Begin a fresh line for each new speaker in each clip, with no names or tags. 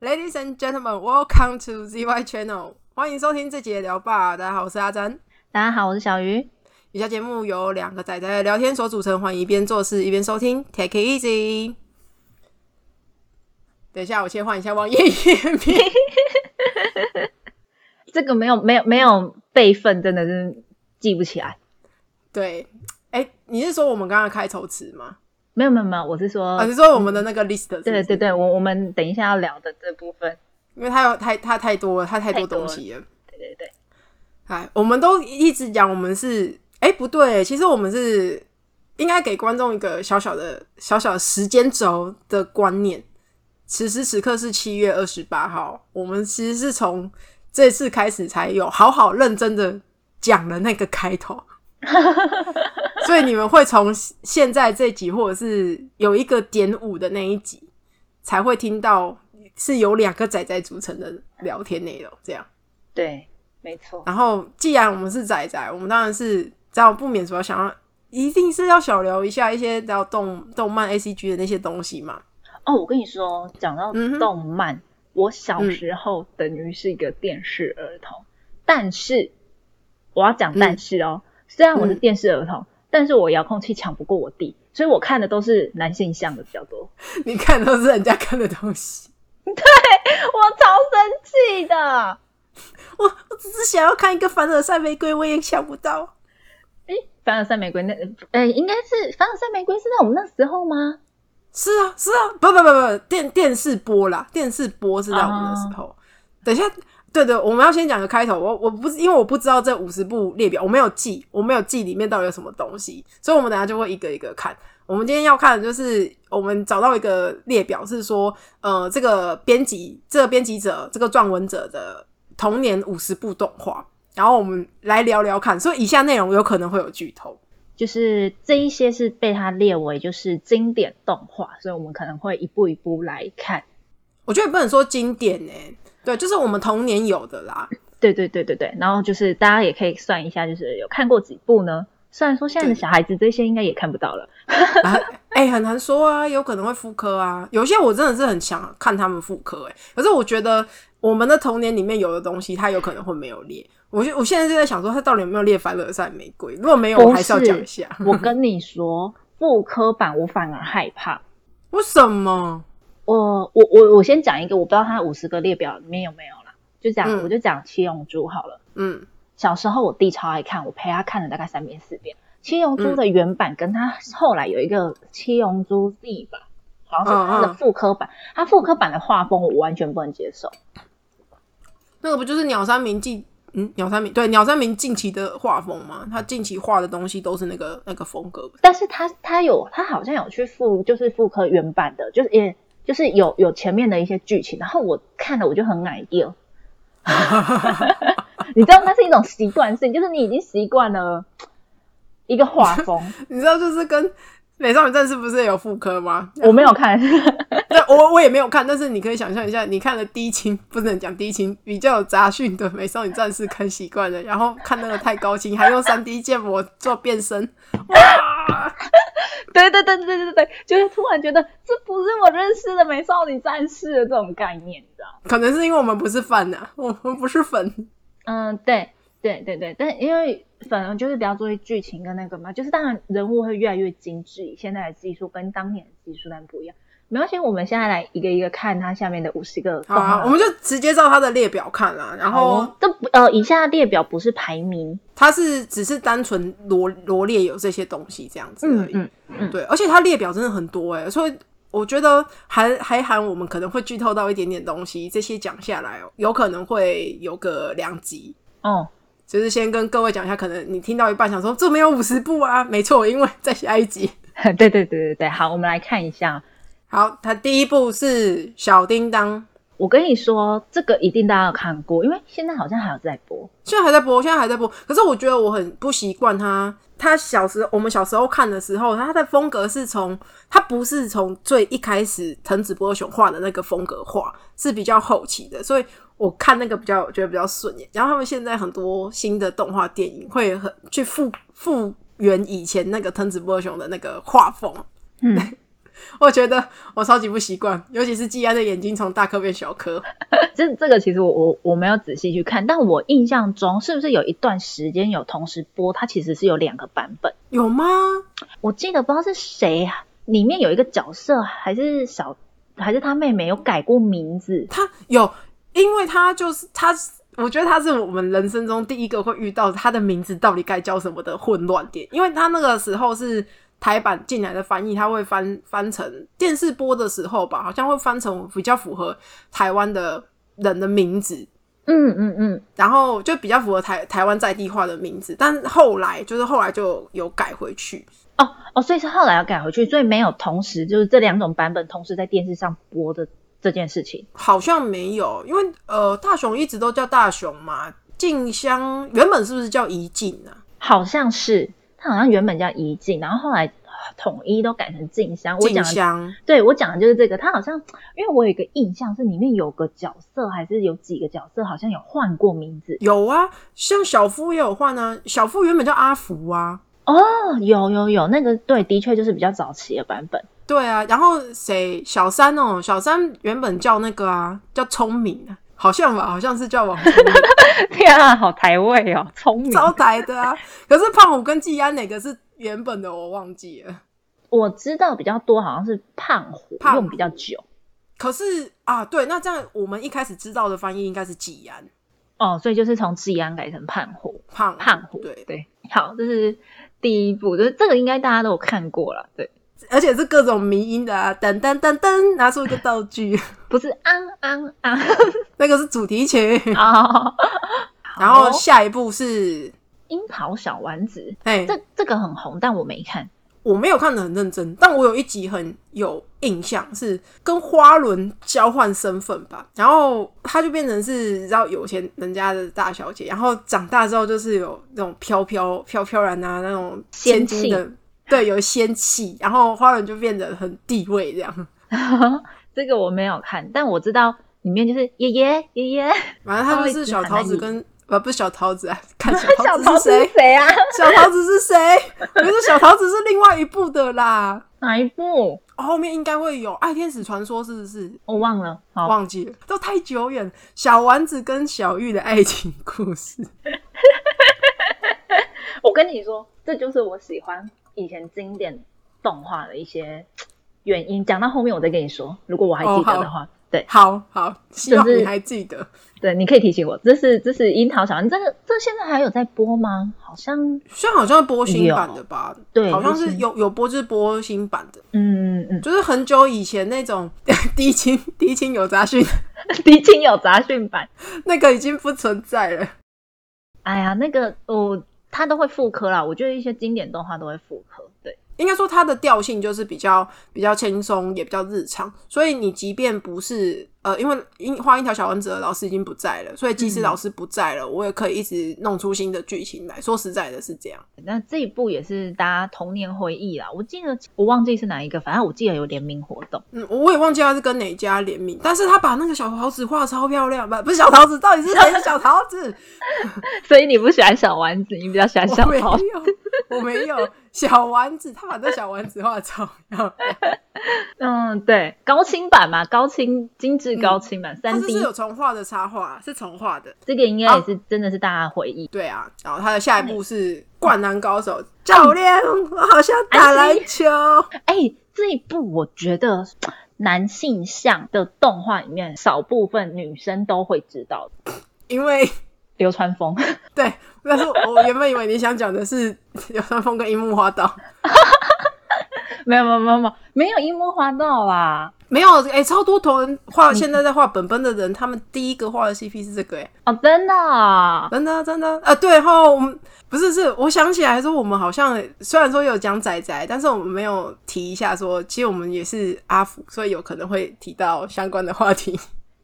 Ladies and gentlemen, welcome to ZY Channel，欢迎收听这集的聊吧。大家好，我是阿詹。
大家好，我是小鱼。
以下节目由两个仔仔的聊天所组成，欢迎一边做事一边收听，Take it easy。等一下，我切换一下网页页面。
这个没有没有没有备份，真的是记不起来。
对，哎，你是说我们刚刚的开头词吗？
没有没有没有，我是说，
啊，你说我们的那个 list？是不是
哦嗯对对对，我我们等一下要聊的这部分，
因为它有太它太多了，它太多
太多
东
了
西了。
对对对，
哎，我们都一直讲我们是，哎，不对，其实我们是应该给观众一个小小的、小小的时间轴的观念。此时此刻是七月二十八号，我们其实是从这次开始才有好好认真的讲了那个开头，所以你们会从现在这集或者是有一个点五的那一集才会听到是由两个仔仔组成的聊天内容，这样。
对，没错，
然后，既然我们是仔仔，我们当然是这样不免说想要，一定是要小聊一下一些聊动动漫 A C G 的那些东西嘛。
哦，我跟你说，讲到
嗯哼
动漫，我小
嗯
时候等于是一个电视儿童，但是我要讲但是哦，虽然我是
嗯
电视儿童，但是我遥控器抢不过我弟，所以我看的都是男性向的比较多，
你看都是人家看的东西，
我超生气的。
我我只是想要看一个凡尔赛玫瑰，我也想不到。
诶，凡尔赛玫瑰那，呃，应该是凡尔赛玫瑰是在我们那时候吗？
是啊，是啊，不不不不，电电视播啦，电视播是在我们那时候。等一下，对对，我们要先讲个开头。我我不是因为我不知道这五十部列表，我没有记，我没有记里面到底有什么东西，所以我们等一下就会一个一个看。我们今天要看的就是我们找到一个列表，是说呃，这个编辑、这个编辑者、这个撰文者的童年五十部动画，然后我们来聊聊看。所以以下内容有可能会有剧透。
就是这一些是被它列为就是经典动画，所以我们可能会一步一步来看。
我觉得也不能说经典呢、对，就是我们童年有的啦。
对对对对对，然后就是大家也可以算一下，就是有看过几部呢？虽然说现在的
对
小孩子这些应该也看不 到了，
啊，哎、很难说啊，有可能会复刻啊。有些我真的是很想看他们复刻、哎，可是我觉得我们的童年里面有的东西，它有可能会没有列。我就我现在就在想说，它到底有没有列凡尔赛玫瑰？如果没有，我
不
还是要
是
讲一下。
我跟你说，复刻版我反而害怕。
为什么？
我我我我先讲一个，我不知道它五十个列表里面有没有啦，就讲、
嗯
我就讲七龙珠好了。
嗯，
小时候我弟超爱看，我陪他看了大概三遍四遍。七龙
嗯
珠的原版跟他后来有一个七龙珠 Z 吧，好像是
嗯
他
嗯
的复刻版。他复刻版的画风我完全不能接受。
那个不就是鸟山明近嗯鸟山明对鸟山明近期的画风吗？他近期画的东西都是那个那个风格。
但是他他有他好像有去复就是复刻原版的，就是也就是有有前面的一些剧情，然后我看了我就很 idea。你知道那是一种习惯性，就是你已经习惯了一个画 风。
你知道，就是跟《美少女战士》不是也有复刻吗？
我没 有看，
那我我也没有看，但是你可以想象一下，你看了低清不能讲低清，比较有杂讯的《美少女战士》看习惯了，然后看那个太高清，还用三 D 建模做变身，
对对对对对对对，就是突然觉得这不是我认识的美少女战士的这种概念，你知道吗？
可能是因为我们不是饭呐、我们不是粉，
嗯，对对对对，但因为反正就是比较注意剧情跟那个嘛，就是当然人物会越来越精致，现在的技术跟当年的技术但不一样。没关系，我们现在来一个一个看它下面的五十个
好
动
啊，
画。
我们就直接照它的列表看啦、然
好
后
哦这不呃，以下列表不是排名，
它是只是单纯罗罗列有这些东西这样子而
嗯
已，
嗯，
对，而且它列表真的很多哎、所以我觉得还还含我们可能会剧透到一点点东西，这些讲下来哦，有可能会有个两集，
哦，
就是先跟各位讲一下，可能你听到一半想说这没有五十部啊，没错，因为在下一集。
对对对对对，好，我们来看一下。
好，它第一部是小叮当，
我跟你说，这个一定大家有看过，因为现在好像还有在播。
现在还在播，现在还在播。可是我觉得我很不习惯它。它小时候我们小时候看的时候，它的风格是从它不是从最一开始藤子波雄画的那个风格画，是比较后期的，所以我看那个比较觉得比较顺眼。然后他们现在很多新的动画电影会很去复复原以前那个藤子波雄的那个画风，
嗯，
我觉得我超级不习惯，尤其是季安的眼睛从大颗变小颗。
这这个其实我我我没有仔细去看，但我印象中是不是有一段时间有同时播？它其实是有两个版本。
有吗？
我记得不知道是谁啊，里面有一个角色还是小还是他妹妹有改过名字，
他有，因为他就是他，我觉得他是我们人生中第一个会遇到他的名字到底该叫什么的混乱点，因为他那个时候是台版进来的翻译，他会翻翻成电视播的时候吧，好像会翻成比较符合台湾的人的名字，
嗯嗯嗯，
然后就比较符合台台湾在地化的名字，但后来就是后来就有改回去，
哦哦，所以是后来要改回去，所以没有同时就是这两种版本同时在电视上播的这件事情。
好像没有，因为呃大雄一直都叫大雄嘛，静香原本是不是叫怡静啊？
好像是他好像原本叫怡静，然后后来呃统一都改成静香。我
静
讲的，
香，
对我讲的就是这个。他好像因为我有一个印象是里面有个角色还是有几个角色好像有换过名字
有啊，像小夫也有换啊，小夫原本叫阿福啊，
哦，有有有，那个对，的确就是比较早期的版本。
对啊，然后谁小三哦，小三原本叫那个啊，叫聪明啊，好像吧，好像是叫王聪明，
天啊，好台味哦，聪明
招台的啊。可是胖虎跟季安哪个是原本的，我忘记了。
我知道比较多好像是胖虎，
胖虎
用比较久
可是啊，对，那这样我们一开始知道的翻译应该是季安
哦，所以就是从治安改成胖虎。
胖
胖虎，
对，
对，好，这是第一部，就是这个应该大家都有看过了，对，
而且是各种迷音的啊，噔噔噔噔，拿出一个道具，
不是安安安
那个是主题曲，
哦，
然后下一步是
樱桃小丸子，
哎，
这这个很红，但我没看，
我没有看得很认真，但我有一集很有印象，是跟花轮交换身份吧，然后她就变成是你知道有钱人家的大小姐，然后长大之后就是有那种飘飘飘飘然啊那种千金的，对，有仙气，然后花轮就变得很地位这样，
这个我没有看，但我知道里面就是爷爷爷爷，
反正她就是小桃子跟呃不是小桃子啊， 看小
小
桃子
桃
是
子是
谁？
谁啊？
小桃子是谁？我说小桃子是另外一部的啦，
哪一部？
后面应该会有《爱天使传说》是不是？
我忘了，好，
忘记了，都太久远。小丸子跟小玉的爱情故事，
我跟你说，这就是我喜欢以前经典动画的一些原因，讲到后面我再跟你说，如果我还记得的话，对。
哦好好，希望
就是
你还记得。
对，你可以提醒我，这是这是樱桃小丸，这个这现在还有在播吗？好像，
虽然好像是播新版的吧，
对
好像
就是是
有有播就是播新版的，
嗯 嗯，
就是很久以前那种 低清低清有杂讯，
迪青有杂讯版。
那个已经不存在了。
哎呀，那个哦，它都会复刻啦，我觉得一些经典动画都会复刻。对，
应该说它的调性就是比较比较轻松，也比较日常，所以你即便不是呃，因为樱画樱桃小丸子的老师已经不在了，所以即使
嗯
老师不在了，我也可以一直弄出新的剧情来。说实在的，是这样。
那这一部也是大家童年回忆啦。我记得我忘记是哪一个，反正我记得有联名活动。
嗯，我也忘记他是跟哪一家联名，但是他把那个小桃子画得超漂亮，不不是小桃子，到底是谁的小桃子？
所以你不喜欢小丸子，你比较喜欢 小
我没
桃。
有，我没有小丸子，他把那小丸子画得超漂亮，
嗯，对，高清版嘛，高清精致高清版，
他
三、
嗯就是
D，
有啊重画的插画，啊是重画的。
这个应该也是、真的是大家回忆。
对啊，然后他的下一步是《灌篮高手》教练，我好想打篮球。
哎、这一部我觉得男性向的动画里面，少部分女生都会知道
因为
流川枫。
对，但是我原本以为你想讲的是 流川枫跟樱木花道，
没有没有没有没有没有樱木花道啦。
没有哎、超多同人画，现在在画本本的人，他们第一个画的 CP 是这个哎、
哦，真的啊、
真的真的啊，对哈，我们不是是，我想起来说我们好像虽然说有讲仔仔，但是我们没有提一下说，其实我们也是阿福，所以有可能会提到相关的话题。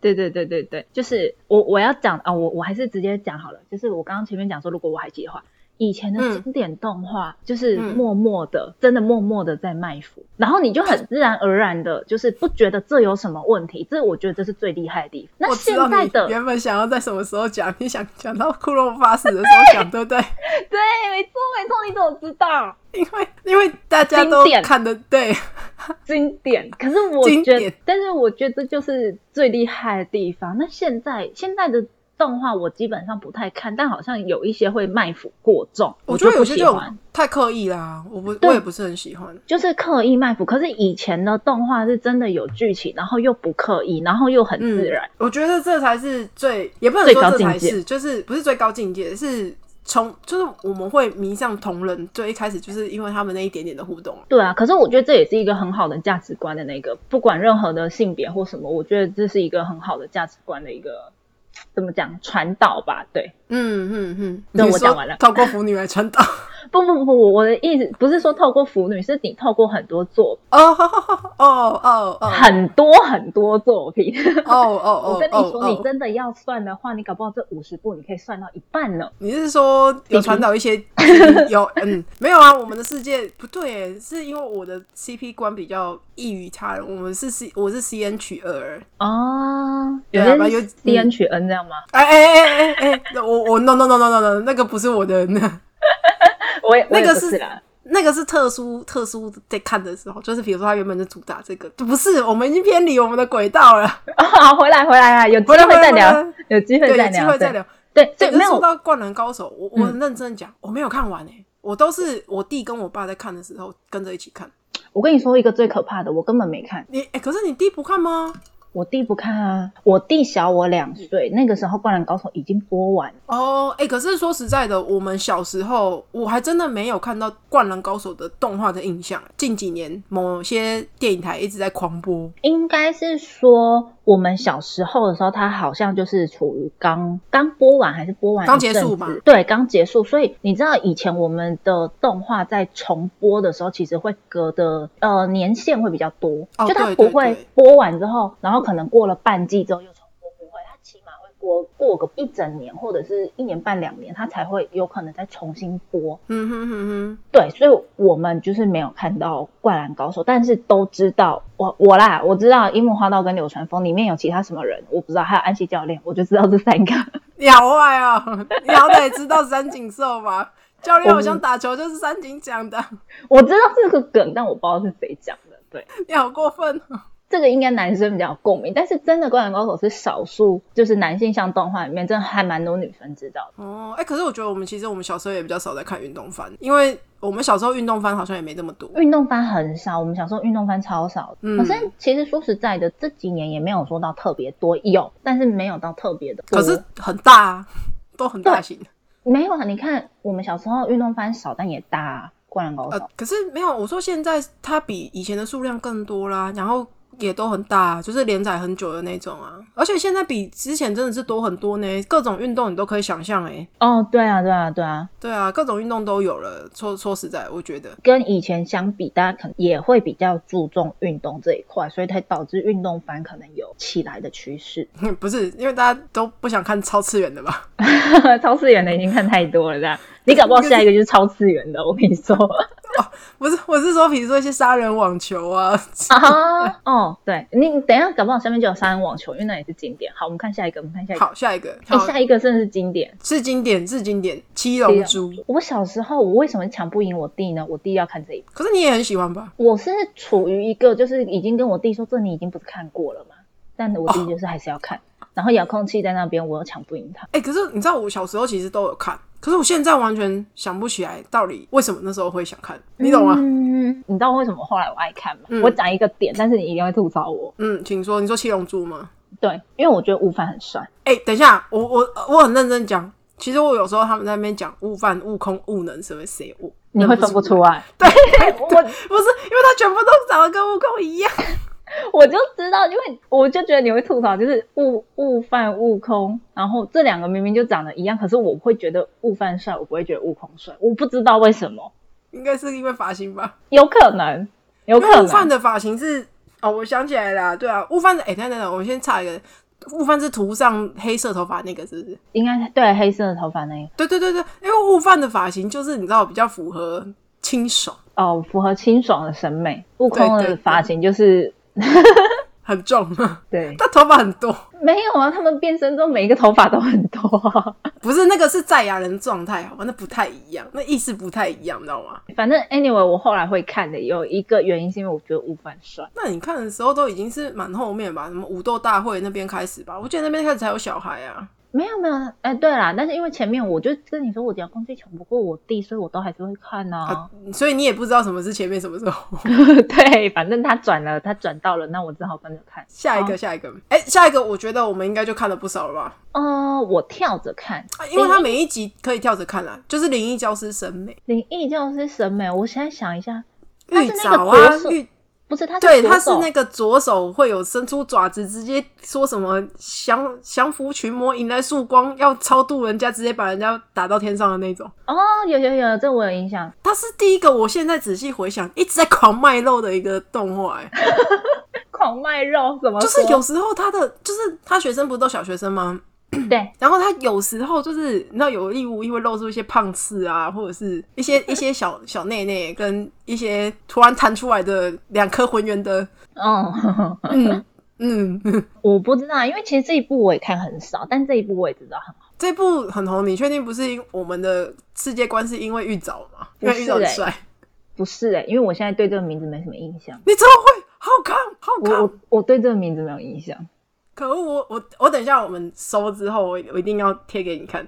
对对对对对，就是我我要讲啊、我我还是直接讲好了。就是我刚刚前面讲说，如果我还记得的话，以前的
嗯
经典动画就是
嗯
默默的，真的默默的在卖腐，然后你就很自然而然的，就是不觉得这有什么问题，这我觉得这是最厉害的地方。那
我知
现
道
在
你
的
原本想要在什么时候讲，你想讲到骷髅法死的时候讲，对不对？
对，没错没错，你怎么知道？
因为因为大家
经
都
典
看的对，
经典，可是我
经
觉得
典，
但是我觉得这就是最厉害的地方。那现在现在的动画我基本上不太看，但好像有一些会卖腐过重，
我觉
就
得有
不
些
喜
这
欢
种。太刻意啦，我不
对
我也不是很喜欢。
就是刻意卖腐，可是以前的动画是真的有剧情，然后又不刻意，然后又很自然。
嗯我觉得这才是最，也不能
最
说
高
这
境
才
界
是，就是不是最高境界，是从就是我们会迷上同人，最一开始就是因为他们那一点点的互动啊。
对啊，可是我觉得这也是一个很好的价值观的那个，不管任何的性别或什么，我觉得这是一个很好的价值观的一个怎么讲传导吧？对，
嗯嗯嗯，
那
你
我
说
讲完了
透过腐女来传导。
不不不，我的意思不是说透过腐女，是你透过很多作
哦 哦哦哦哦，
很多很多作品。
哦哦哦，
我跟你说，你
哦
真的要算的话，你搞不好这五十部你可以算到一半呢。
你是说有传导一些有嗯没有啊？我们的世界不对耶，是因为我的 CP 观比较异于他人，我们是 C 我是 CN 取二，
哦，
对
有
啊
些
把有
是 D N 取 N 这样吗？
哎哎哎哎哎哎，那我我 no no no no no no，那个不是我的那
我也我也
那个
不
是
是啦，
那个是特殊特殊在看的时候，就是比如说他原本就主打这个，不是我们已经偏离我们的轨道了，
哦， 好，回来回来啦，有机
回来
会再
回来
聊
回，
有机会
对，
再
有机
聊，
会再聊。
对。对，所
对，
以
可
没
是说
有
到《灌篮高手》，我我
嗯
很认真地讲，我没有看完诶、我都是我弟跟我爸在看的时候跟着一起看。
我跟你说一个最可怕的，我根本没看，
你哎、可是你弟不看吗？
我弟不看啊，我弟小我两岁，那个时候《灌篮高手》已经播完，
哦，哎，可是说实在的，我们小时候我还真的没有看到《灌篮高手》的动画的印象。近几年某些电影台一直在狂播，
应该是说我们小时候的时候，它好像就是处于刚刚播完还是播完
刚
一阵
结束
子
吧
对，刚结束。所以你知道以前我们的动画在重播的时候，其实会隔的呃年限会比较多，
哦
就它
对
不
对
会
对
播完之后，然后可能过了半季之后又重播，不会，它起码会过过个一整年或者是一年半两年，它才会有可能再重新播。
嗯哼哼哼，
对，所以我们就是没有看到《灌篮高手》，但是都知道我我啦，我知道樱木花道跟柳传峰里面有其他什么人，我不知道，还有安西教练，我就知道这三个。
你好坏哦，你好歹也知道三井寿吧？教练，我想打球就是三井讲的，
我知道这个梗，但我不知道是谁讲的。对，
你好过分哦、
这个应该男生比较有共鸣，但是真的《灌篮高手》是少数，就是男性向动画里面，真的还蛮多女生知道的。
哦，哎、可是我觉得我们其实我们小时候也比较少在看运动番，因为我们小时候运动番好像也没这么多。
运动番很少，我们小时候运动番超少的。
嗯
可是其实说实在的，这几年也没有说到特别多，有，但是没有到特别的多。
可是很大、啊，都很大
对
型
没有啊，你看我们小时候运动番少，但也大、啊。灌篮高手、
呃，可是没有，我说现在它比以前的数量更多啦，然后也都很大啊，就是连载很久的那种啊，而且现在比之前真的是多很多呢，各种运动你都可以想象诶、
哦，对啊，对啊，对啊，
对啊，各种运动都有了。说说实在，我觉得
跟以前相比，大家可能也会比较注重运动这一块，所以才导致运动番可能有起来的趋势。
哼不是因为大家都不想看超次元的吧？
超次元的已经看太多了，这样你搞不好下一个就是超次元的。我跟你说
不是，我是说，比如说一些杀人网球啊，
啊， 哦，对你等一下，搞不好下面就有三人网球，因为那也是经典。好，我们看下一个，我们看下一个，
好，下一个，
哎、
好，
下一个真的是经典。
是经典，是经典，《七龙珠》。
我小时候，我为什么抢不赢我弟呢？我弟要看这一部。
可是你也很喜欢吧？
我是处于一个就是已经跟我弟说这你已经不是看过了嘛，但我
哦
弟就是还是要看，然后遥控器在那边，我又抢不赢他。
哎、可是你知道我小时候其实都有看，可是我现在完全想不起来到底为什么那时候会想看，你懂吗？
嗯，你知道为什么后来我爱看吗？
嗯
我讲一个点，但是你一定会吐槽我。
嗯，请说，你说七龙珠吗？
对，因为我觉得悟饭很帅。
哎、等一下，我我我很认真讲，其实我有时候他们在那边讲悟饭、悟空、悟能什么谁悟，
你会分不出啊来，
对，
我
不是因为他全部都长得跟悟空一样，
我就知道，因为我就觉得你会吐槽，就是悟悟饭、悟空，然后这两个明明就长得一样，可是我会觉得悟饭帅，我不会觉得悟空帅，我不知道为什么，
应该是因为发型吧？
有可能，有
因为
可
悟饭
能，
欸的发型是哦，我想起来了啊，对啊，悟饭的哎、等等等等，我先插一个，悟饭是涂上黑色头发那个，是不是？
应该是对黑色的头发那个
对对对对，因为悟饭的发型就是你知道比较符合清爽，
哦，符合清爽的审美。悟
对
空
对对
的发型就是
很重，
对
但头发很多，
没有啊，他们变身之后每一个头发都很多、啊。
不是那个是在牙人状态，好吧？那不太一样，那意思不太一样，你知道吗？
反正 anyway，我后来会看的有一个原因是因为我觉得悟饭帅。
那你看的时候都已经是蛮后面吧，什么武斗大会那边开始吧，我记得那边开始才有小孩啊。
没有没有，哎、对啦，但是因为前面我就跟你说我遥控器抢不过我弟，所以我都还是会看呐、
啊所以你也不知道什么是前面，什么时候
对，反正他转了，他转到了，那我只好跟着看。
下一个，下一个，哎、下一个，我觉得我们应该就看了不少了吧？
呃，我跳着看
啊，因为它每一集可以跳着看啦，就是《灵异教师》审美
《灵异教师》审美，我现在想一下，它
玉
是那个
藻啊
左，手
玉
不是他是
对，
左
他是
手
那个左手会有伸出爪子，直接说什么降降服群魔，迎来曙光，要超度人家，直接把人家打到天上的那种。
哦，有有有，这我有印象。
他是第一个，我现在仔细回想，一直在狂卖肉的一个动画、欸，
狂卖肉怎么
就
说
哦是有时候他的就是他学生不是都小学生吗？
对
然后他有时候就是你知道有意无意会露出一些胖刺啊，或者是一些一些小小内内，跟一些突然弹出来的两颗浑圆的，
哦，
嗯嗯。
我不知道，因为其实这一部我也看很少，但这一部我也知道很好。
这部很红，你确定不是因我们的世界观是因为玉藻吗？因
不是欸
为玉藻很帅，
不是哎、因为我现在对这个名字没什么印象，
你怎么会？好看，好
我
看！
我我对这个名字没有印象。
可恶，我我我等一下我们收之后，我我一定要贴给你 看。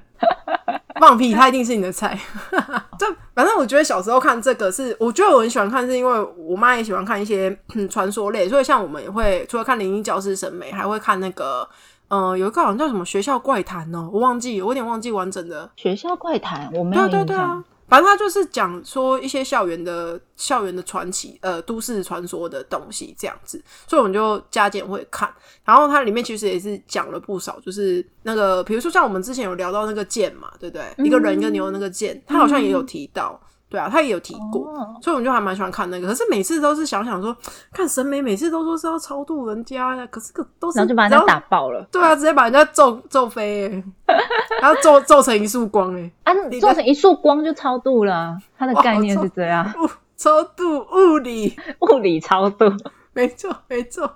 放屁，它一定是你的菜。 这反正我觉得小时候看这个是，我觉得我很喜欢看，是因为我妈也喜欢看一些嗯传说类，所以像我们也会除了看《灵异教师》审美，还会看那个。嗯，有一个好像叫什么《学校怪谈》哦，我忘记，我有点忘记完整的
学校怪谈我没有
对
印象。
对对啊，反正他就是讲说一些校园的校园的传奇，呃，都市传说的东西这样子，所以我们就加减会看。然后它里面其实也是讲了不少，就是那个比如说像我们之前有聊到那个剑嘛，对不对？
嗯
一个人一个牛的那个剑，他好像也有提到，对啊，他也有提过。
哦
所以我们就还蛮喜欢看那个，可是每次都是想想说，看审美每次都说是要超度人家呀，可是个都是
然后就把
只
人
要
家打爆了
对啊，直接把人家揍揍飞、欸，然后揍揍成一束光哎、
啊！
的
做成一束光就超度了啊、它的
哇
概念
我
是这样，
物超度物理，
物理超度。
没错没错，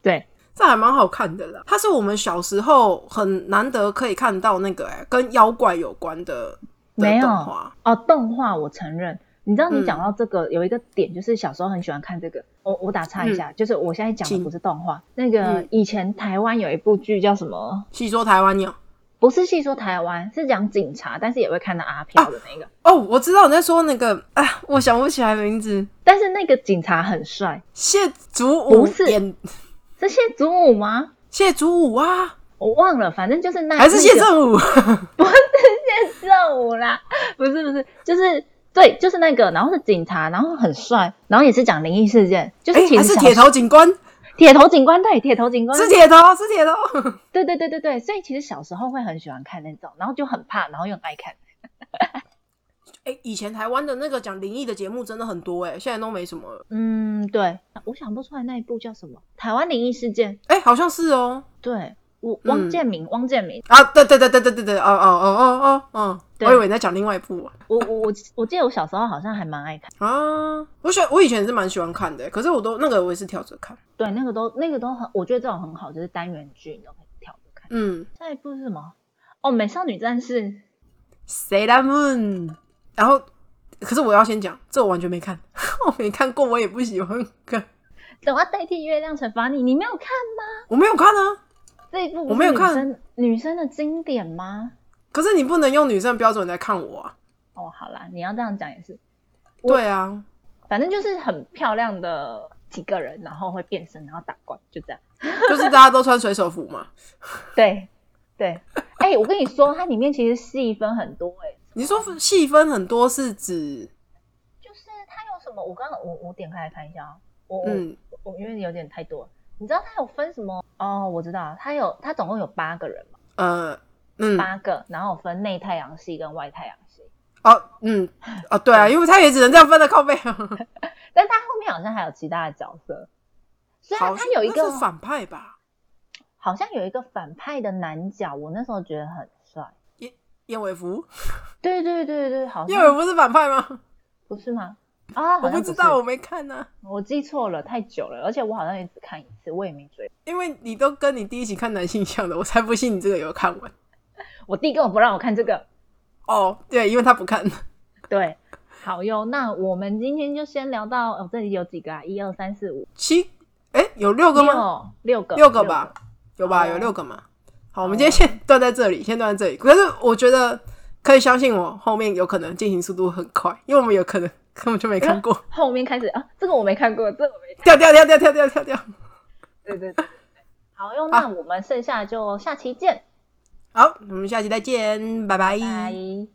对，
这还蛮好看的啦。它是我们小时候很难得可以看到那个、欸、跟妖怪有关的
没
的
有
动画，
哦，动画我承认。你知道你
嗯
讲到这个、有一个点，就是小时候很喜欢看这个。我我打岔一下，就是我现在讲
请
的不是动画，那个
嗯
以前台湾有一部剧叫什么？
细说台湾鸟。
不是戏说台湾，是讲警察，但是也会看到阿飘的那个。
哦，我知道你在说那个，啊，我想不起来名字。
但是那个警察很帅，
谢祖武
不是
演
是谢祖武吗？
谢祖武啊，
我忘了，反正嗯就是那
还是谢
那个
振武？
谢正武啦， 不是不是，就是对，就是那个，然后是警察，然后很帅，然后也是讲灵异事件，就是
哎、
其
还
实
是
小
铁头警官？
铁头警官对，铁头警官
是铁头， 是铁头。
对对对对对，所以其实小时候会很喜欢看那种，然后就很怕，然后又很爱看。
哎、以前台湾的那个讲灵异的节目真的很多哎、现在都没什么了。
嗯，对，我想不出来那一部叫什么，台湾灵异事件，
哎、好像是哦、
对，我
嗯
汪建明，汪建明，
啊，对对对对对对对，哦哦哦哦哦，
对
我以为你在讲另外一部啊。
我我我我记得我小时候好像还蛮爱看，
啊，我喜我以前是蛮喜欢看的，可是我都那个我也是跳着看。
对，那个都那个都很，我觉得这种很好，就是单元剧你都可以跳着看。
嗯
下一部是什么？哦，美少女战士，
，Sailor Moon，然后可是我要先讲，这我完全没看， 我没看过，我也不喜欢看，
怎么代替月亮惩罚你？你没有看吗？
我没有看啊。
这一部
我没有看
不是女生女生的经典吗？
可是你不能用女生的标准来看我啊。
哦，好啦，你要这样讲也是，我
对啊，
反正就是很漂亮的几个人，然后会变身，然后打怪，就这样。
就是大家都穿水手服嘛。
对，对，哎、我跟你说，它里面其实细分很多、哎，
你说细分很多是指
就是它有什么？我刚刚我我点开来看一下啊，我我、
嗯
我因为有点太多了，你知道它有分什么？哦，我知道，它有它总共有八个人嘛，
呃嗯
八个，然后有分内太阳系跟外太阳系，
哦嗯哦对啊，因为他也只能这样分的靠背啊。
但啊它后面好像还有其他的角色，虽然
好
它有一
那
个
是反派吧？
好像有一个反派的男角，我那时候觉得很帅。
燕尾服，
对对对对，好
燕尾
像
服是反派吗？
不是吗？啊，好
我
像
不
不
知
是
道，我没看啊呢、
我记错了，太久了，而且我好像也只看一次，我也没追。
因为你都跟你弟一起看男性向的，我才不信你这个有看完。
我弟根本不让我看这个。
哦，对，因为他不看。
对，好哟，那我们今天就先聊到，哦，这里有几个啊？一二三四五
七，哎、有六个吗？
六六个，
六个吧，有吧？
哦
有六个嘛？好，我们
哦
今天先断在这里，先断在这里。可是我觉得可以相信我，后面有可能进行速度很快，因为我们有可能 根本就没看 过，
六个。后面开始啊，这个我没看过，这个我没看
跳跳跳跳跳跳跳跳。
对对 对对。对好哟，那我们剩下就下期见，
好，我们下期再见，拜拜
拜。